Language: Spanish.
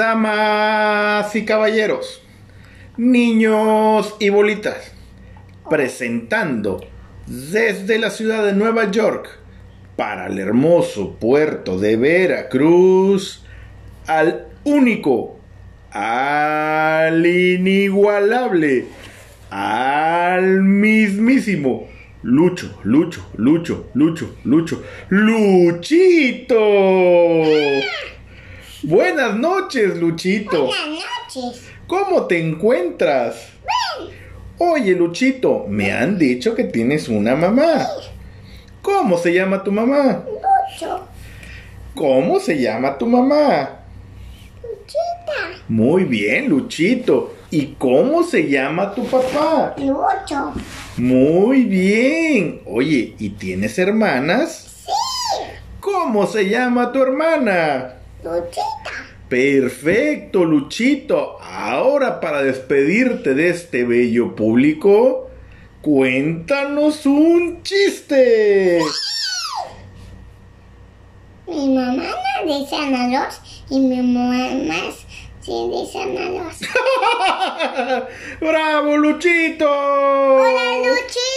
Damas y caballeros, niños y bolitas, presentando desde la ciudad de Nueva York para el hermoso puerto de Veracruz al único, al inigualable, al mismísimo Lucho, Lucho, Lucho, Lucho, Lucho, Luchito. Buenas noches, Luchito. Buenas noches. ¿Cómo te encuentras? Oye, Luchito, me han dicho que tienes una mamá. ¿Cómo se llama tu mamá? Lucho. ¿Cómo se llama tu mamá? Luchita. Muy bien, Luchito. ¿Y cómo se llama tu papá? Lucho. Muy bien. Oye, ¿y tienes hermanas? Sí. ¿Cómo se llama tu hermana? Luchita. Perfecto, Luchito. Ahora para despedirte de este bello público, cuéntanos un chiste. Mi mamá no dice analos y mi mamá sí dice analos. ¡Bravo, Luchito! Luchita.